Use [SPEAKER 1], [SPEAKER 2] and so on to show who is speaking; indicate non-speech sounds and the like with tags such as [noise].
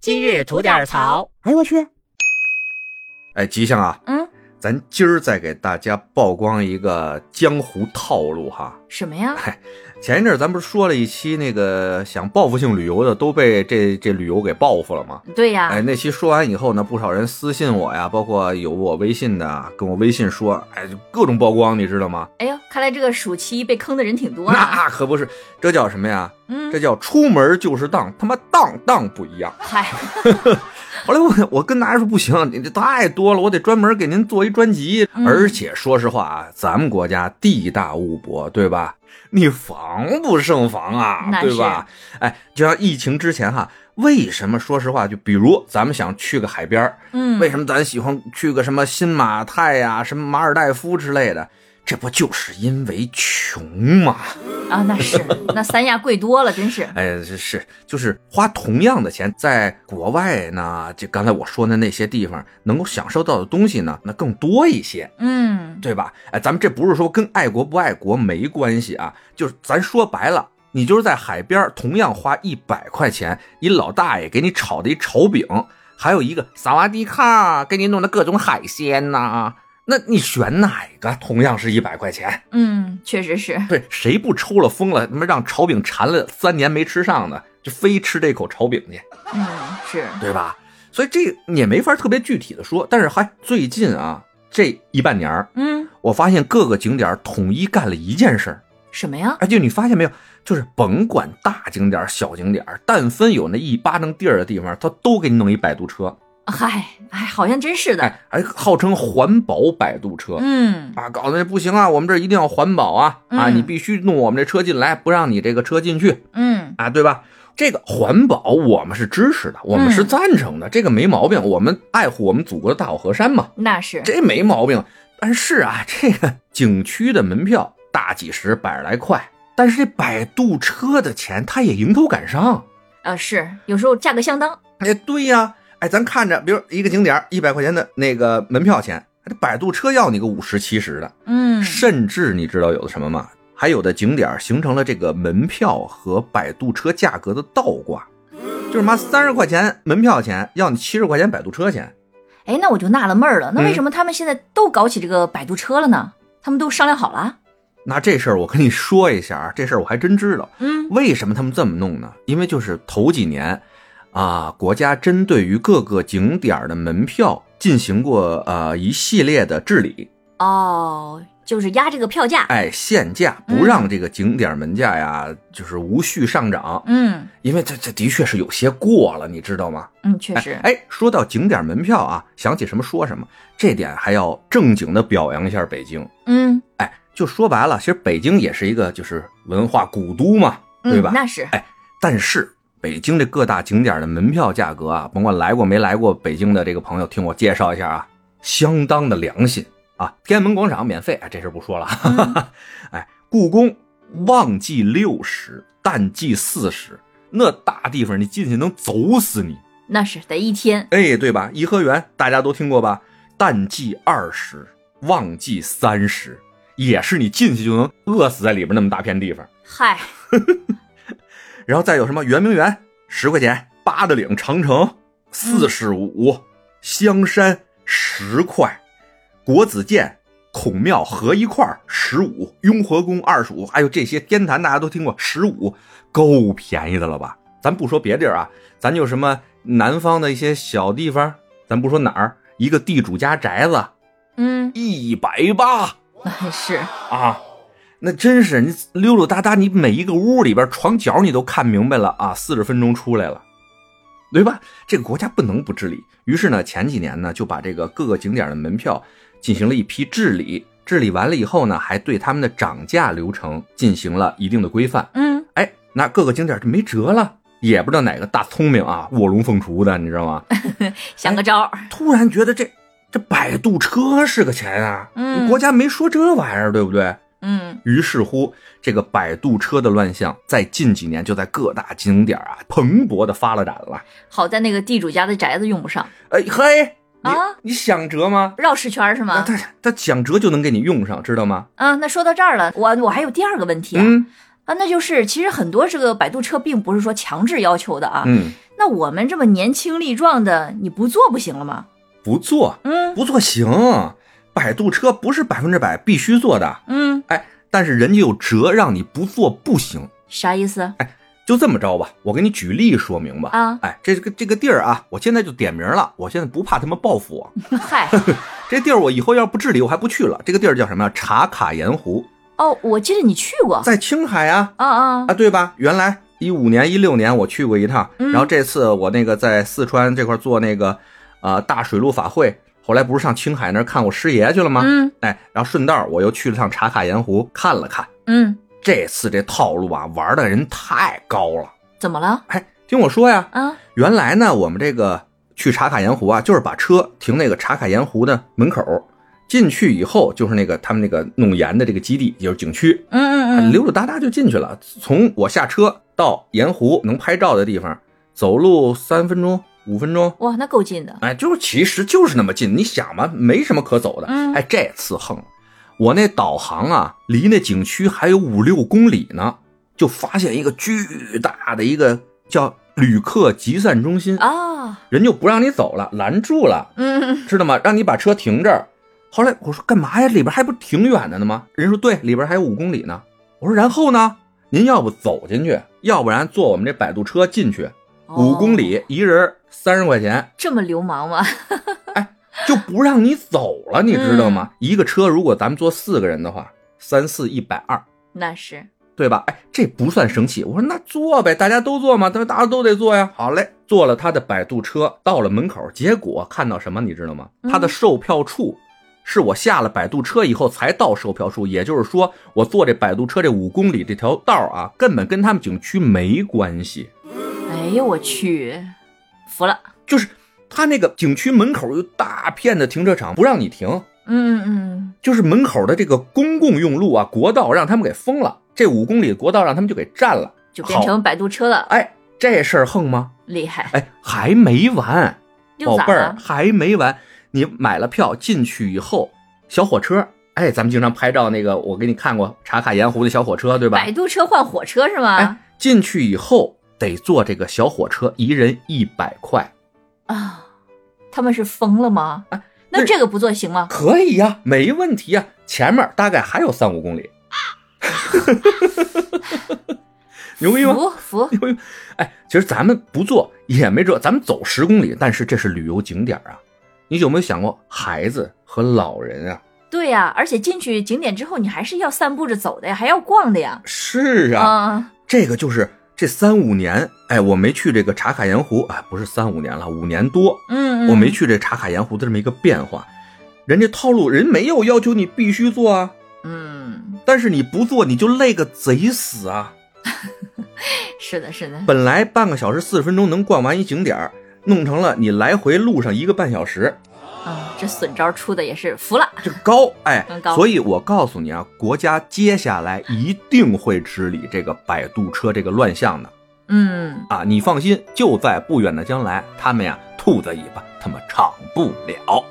[SPEAKER 1] 今日吐点槽。
[SPEAKER 2] 哎我去，
[SPEAKER 3] 哎，吉祥啊，
[SPEAKER 2] 嗯，
[SPEAKER 3] 咱今儿再给大家曝光一个江湖套路哈。
[SPEAKER 2] 什么呀？
[SPEAKER 3] 前一阵儿咱不是说了一期那个想报复性旅游的都被这这旅游给报复了吗？
[SPEAKER 2] 对呀，
[SPEAKER 3] 哎，那期说完以后呢，不少人私信我呀，包括有我微信的，啊跟我微信说，哎，就各种曝光，你知道吗？
[SPEAKER 2] 哎呦，看来这个暑期被坑的人挺多啊。
[SPEAKER 3] 那可不是，这叫什么呀？这
[SPEAKER 2] 嗯，
[SPEAKER 3] 叫出门就是当，他妈当当不一样。
[SPEAKER 2] 嗨，
[SPEAKER 3] [laughs] 后来我我跟大家说不行，你这太多了，我得专门给您做一专辑。
[SPEAKER 2] 嗯
[SPEAKER 3] 而且说实话啊，咱们国家地大物博，对吧？你防不胜防
[SPEAKER 2] 那
[SPEAKER 3] 啊，
[SPEAKER 2] 是
[SPEAKER 3] 对吧？哎，就像疫情之前哈，为什么说实话，就比如咱们想去个海边儿，
[SPEAKER 2] 嗯，
[SPEAKER 3] 为什么咱喜欢去个什么新马泰呀、什么马尔代夫之类的？这不就是因为穷吗？
[SPEAKER 2] 啊？那是，那三亚贵多了，真是。
[SPEAKER 3] 哎，是是，就是花同样的钱，在国外呢，就刚才我说的那些地方，能够享受到的东西呢，那更多一些，
[SPEAKER 2] 嗯，
[SPEAKER 3] 对吧？哎，咱们这不是说跟爱国不爱国没关系啊，就是咱说白了，你就是在海边儿，同样花一百块钱，一老大爷给你炒的一炒饼，还有一个萨瓦迪卡给你弄的各种海鲜呐、啊那你选哪个？同样是一百块钱。
[SPEAKER 2] 嗯，确实是。
[SPEAKER 3] 对，谁不抽了风了？他妈让炒饼馋了三年没吃上呢，就非吃这口炒饼去，
[SPEAKER 2] 嗯，是。
[SPEAKER 3] 对吧？所以这也没法特别具体的说，但是还最近啊，这一半年儿，
[SPEAKER 2] 嗯，
[SPEAKER 3] 我发现各个景点儿统一干了一件事儿，
[SPEAKER 2] 什么呀？
[SPEAKER 3] 哎，就你发现没有？就是甭管大景点儿、小景点儿，但凡有那一巴掌地儿的地方，他都给你弄一摆渡车，
[SPEAKER 2] 嗨，哎，好像真是的。
[SPEAKER 3] 哎，还号称环保摆渡车，
[SPEAKER 2] 嗯，
[SPEAKER 3] 啊，搞得不行啊，我们这儿一定要环保啊啊，
[SPEAKER 2] 嗯
[SPEAKER 3] 你必须弄我们这车进来，不让你这个车进去，
[SPEAKER 2] 嗯，
[SPEAKER 3] 啊，对吧？这个环保我们是支持的，我们是
[SPEAKER 2] 嗯
[SPEAKER 3] 赞成的，这个没毛病。我们爱护我们祖国的大好河山嘛，
[SPEAKER 2] 那是。
[SPEAKER 3] 这没毛病。但是啊，这个景区的门票大几十、百十来块，但是这摆渡车的钱它也迎头赶上。
[SPEAKER 2] 啊，是，有时候价格相当。
[SPEAKER 3] 哎，对呀、哎，咱看着，比如一个景点一百块钱的那个门票钱，这摆渡车要你个五十、七十的，
[SPEAKER 2] 嗯，
[SPEAKER 3] 甚至你知道有的什么吗？还有的景点儿形成了这个门票和摆渡车价格的倒挂，就是妈三十块钱门票钱要你七十块钱摆渡车钱。
[SPEAKER 2] 哎，那我就纳了闷儿了，那为
[SPEAKER 3] 嗯
[SPEAKER 2] 什么他们现在都搞起这个摆渡车了呢？他们都商量好了。
[SPEAKER 3] 那这事儿我跟你说一下啊，这事儿我还真知道。
[SPEAKER 2] 嗯，
[SPEAKER 3] 为什么他们这么弄呢？因为就是头几年，啊，国家针对于各个景点儿的门票进行过呃一系列的治理，
[SPEAKER 2] 哦，就是压这个票价。
[SPEAKER 3] 哎，限价不让这个景点儿门价呀，就是无序上涨，
[SPEAKER 2] 嗯
[SPEAKER 3] 因为这这的确是有些过了，你知道吗？
[SPEAKER 2] 嗯，确实。
[SPEAKER 3] 哎，说到景点门票啊，想起什么说什么，这点还要正经的表扬一下北京。
[SPEAKER 2] 嗯，
[SPEAKER 3] 哎，就说白了，其实北京也是一个就是文化古都嘛，对吧？
[SPEAKER 2] 嗯、那是。
[SPEAKER 3] 但是北京这各大景点的门票价格啊，甭管来过没来过北京的这个朋友，听我介绍一下啊，相当的良心啊。天安门广场免费，哎，这事儿不说了。
[SPEAKER 2] 嗯
[SPEAKER 3] [laughs] 哎，故宫旺季六十，淡季四十，那大地方你进去能走死你。
[SPEAKER 2] 那是得一天，
[SPEAKER 3] 哎，对吧？颐和园大家都听过吧？淡季二十，旺季三十，也是你进去就能饿死在里边那么大片地方。
[SPEAKER 2] 嗨，
[SPEAKER 3] 然后再有什么圆明园十块钱，八达岭长城四十五，香山十块，国子监、孔庙合一块十五，雍和宫二十五，还有这些天坛大家都听过十五，够便宜的了吧？咱不说别地儿啊，咱就什么南方的一些小地方，咱不说哪儿，一个地主家宅子
[SPEAKER 2] 嗯，
[SPEAKER 3] 一百八
[SPEAKER 2] 那 [laughs] 是，
[SPEAKER 3] 啊，那真是你溜溜达达，你每一个屋里边床角你都看明白了啊，四十分钟出来了，对吧？这个国家不能不治理。于是呢，前几年呢就把这个各个景点的门票进行了一批治理，治理完了以后呢，还对他们的涨价流程进行了一定的规范。
[SPEAKER 2] 嗯，
[SPEAKER 3] 哎，那各个景点就没辙了。也不知道哪个大聪明啊，卧龙凤雏的，你知道吗？
[SPEAKER 2] 想个招儿，
[SPEAKER 3] 突然觉得这这摆渡车是个钱啊，
[SPEAKER 2] 嗯
[SPEAKER 3] 国家没说这玩意儿，对不对？
[SPEAKER 2] 嗯，
[SPEAKER 3] 于是乎，这个摆渡车的乱象在近几年就在各大景点啊蓬勃的发了展了。
[SPEAKER 2] 好在那个地主家的宅子用不上，
[SPEAKER 3] 哎嘿，你、
[SPEAKER 2] 啊
[SPEAKER 3] 你想折吗？
[SPEAKER 2] 绕十圈儿是
[SPEAKER 3] 那
[SPEAKER 2] 吗？
[SPEAKER 3] 他他想折就能给你用上，知道吗？
[SPEAKER 2] 啊，那说到这儿了，我我还有第二个问题啊，
[SPEAKER 3] 嗯
[SPEAKER 2] 啊，那就是其实很多这个摆渡车并不是说强制要求的啊，
[SPEAKER 3] 嗯，
[SPEAKER 2] 那我们这么年轻力壮的，你不做不行了吗？
[SPEAKER 3] 不做
[SPEAKER 2] 嗯
[SPEAKER 3] 不做行，摆渡车不是百分之百必须做的，
[SPEAKER 2] 嗯，
[SPEAKER 3] 哎，但是人家有辙让你不做不行。
[SPEAKER 2] 啥意思
[SPEAKER 3] 就这么着吧，我给你举例说明吧。？
[SPEAKER 2] 啊
[SPEAKER 3] 哎，这个这个地儿啊，我现在就点名了，我现在不怕他们报复我。
[SPEAKER 2] 嗨，
[SPEAKER 3] 这地儿我以后要不治理，我还不去了。这个地儿叫什么呀？茶卡盐湖，
[SPEAKER 2] 哦，我记得你去过
[SPEAKER 3] 在青海啊
[SPEAKER 2] 啊啊
[SPEAKER 3] 啊，对吧？原来一五年、一六年我去过一趟，然后这次我那个在四川这块做那个呃大水陆法会，后来不是上青海那儿看我师爷去了吗？
[SPEAKER 2] 嗯
[SPEAKER 3] 哎，然后顺道我又去了趟茶卡盐湖看了看。
[SPEAKER 2] 嗯，
[SPEAKER 3] 这次这套路啊，玩的人太高了。
[SPEAKER 2] 怎么了
[SPEAKER 3] 哎，听我说呀，
[SPEAKER 2] 啊？
[SPEAKER 3] 原来呢，我们这个去茶卡盐湖啊，就是把车停那个茶卡盐湖的门口，进去以后就是那个他们那个弄盐的这个基地，也就是景区，
[SPEAKER 2] 嗯嗯嗯，
[SPEAKER 3] 啊溜溜达达就进去了。从我下车到盐湖能拍照的地方，走路三分钟、五分钟，
[SPEAKER 2] 哇，那够近的，
[SPEAKER 3] 哎，就是其实就是那么近。你想嘛，没什么可走的。
[SPEAKER 2] 嗯
[SPEAKER 3] 哎，这次横了，我那导航啊，离那景区还有五六公里呢，就发现一个巨大的一个叫旅客集散中心
[SPEAKER 2] 啊，
[SPEAKER 3] 人就不让你走了，拦住了，
[SPEAKER 2] 嗯
[SPEAKER 3] 知道吗？让你把车停这儿。后来我说干嘛呀？里边还不挺远的呢吗？人说对，里边还有五公里呢。我说然后呢？您要不走进去，要不然坐我们这摆渡车进去，五公，
[SPEAKER 2] 哦
[SPEAKER 3] 里一人三十块钱，
[SPEAKER 2] 这么流氓吗？ [laughs]
[SPEAKER 3] 就不让你走了，你知道吗？一个车如果咱们坐四个人的话，三四一百二，
[SPEAKER 2] 那是，
[SPEAKER 3] 对吧？哎，这不算生气。我说那坐呗，大家都坐嘛，他说大家都得坐呀。好嘞，坐了他的摆渡车，到了门口，结果看到什么，你知道吗？
[SPEAKER 2] 嗯
[SPEAKER 3] 他的售票处是我下了摆渡车以后才到售票处，也就是说，我坐这摆渡车这五公里这条道啊，根本跟他们景区没关系。
[SPEAKER 2] 哎呦我去，服了，
[SPEAKER 3] 就是他那个景区门口有大片的停车场，不让你停，
[SPEAKER 2] 嗯嗯嗯，
[SPEAKER 3] 就是门口的这个公共用路啊，国道让他们给封了，这五公里的国道让他们就给占了。
[SPEAKER 2] 就变成摆渡车了，
[SPEAKER 3] 哎，这事儿横吗？
[SPEAKER 2] 厉害，
[SPEAKER 3] 哎，还没完，
[SPEAKER 2] 又
[SPEAKER 3] 宝
[SPEAKER 2] 咋
[SPEAKER 3] 贝儿
[SPEAKER 2] 了？
[SPEAKER 3] 还没完。你买了票进去以后，小火车，哎，咱们经常拍照那个，我给你看过茶卡盐湖的小火车，对吧
[SPEAKER 2] 摆？渡车换火车是
[SPEAKER 3] 哎
[SPEAKER 2] 吗？，
[SPEAKER 3] 进去以后得坐这个小火车，一人一百块，
[SPEAKER 2] 啊，他们是疯了吗？那
[SPEAKER 3] 那
[SPEAKER 2] 这个不做行吗？
[SPEAKER 3] 可以呀、没问题呀、前面大概还有三五公里， [laughs] 牛逼吗？
[SPEAKER 2] 服服，
[SPEAKER 3] 哎，其实咱们不做也没辙，咱们走十公里，但是这是旅游景点啊。你有没有想过孩子和老人啊？
[SPEAKER 2] 对呀、而且进去景点之后，你还是要散步着走的呀，还要逛的呀。
[SPEAKER 3] 是啊，
[SPEAKER 2] 啊，
[SPEAKER 3] 这个就是这三五年，哎，我没去这个茶卡盐湖，哎，不是三五年了，五年多，
[SPEAKER 2] 嗯，嗯
[SPEAKER 3] 我没。去这茶卡盐湖的这么一个变化。人家套路，人没有要求你必须做啊，
[SPEAKER 2] 嗯，
[SPEAKER 3] 但是你不做你就累个贼死啊。
[SPEAKER 2] 是的，是的。
[SPEAKER 3] 本来半个小时四十分钟能逛完一景点儿，弄成了你来回路上一个半小时，
[SPEAKER 2] 啊，这损招出的也是服了。
[SPEAKER 3] 这高
[SPEAKER 2] [laughs]
[SPEAKER 3] 哎
[SPEAKER 2] 嗯高
[SPEAKER 3] 所以我告诉你啊，国家接下来一定会治理这个摆渡车这个乱象的
[SPEAKER 2] 嗯，
[SPEAKER 3] 啊！你放心，就在不远的将来，他们呀兔子尾巴他们长不了。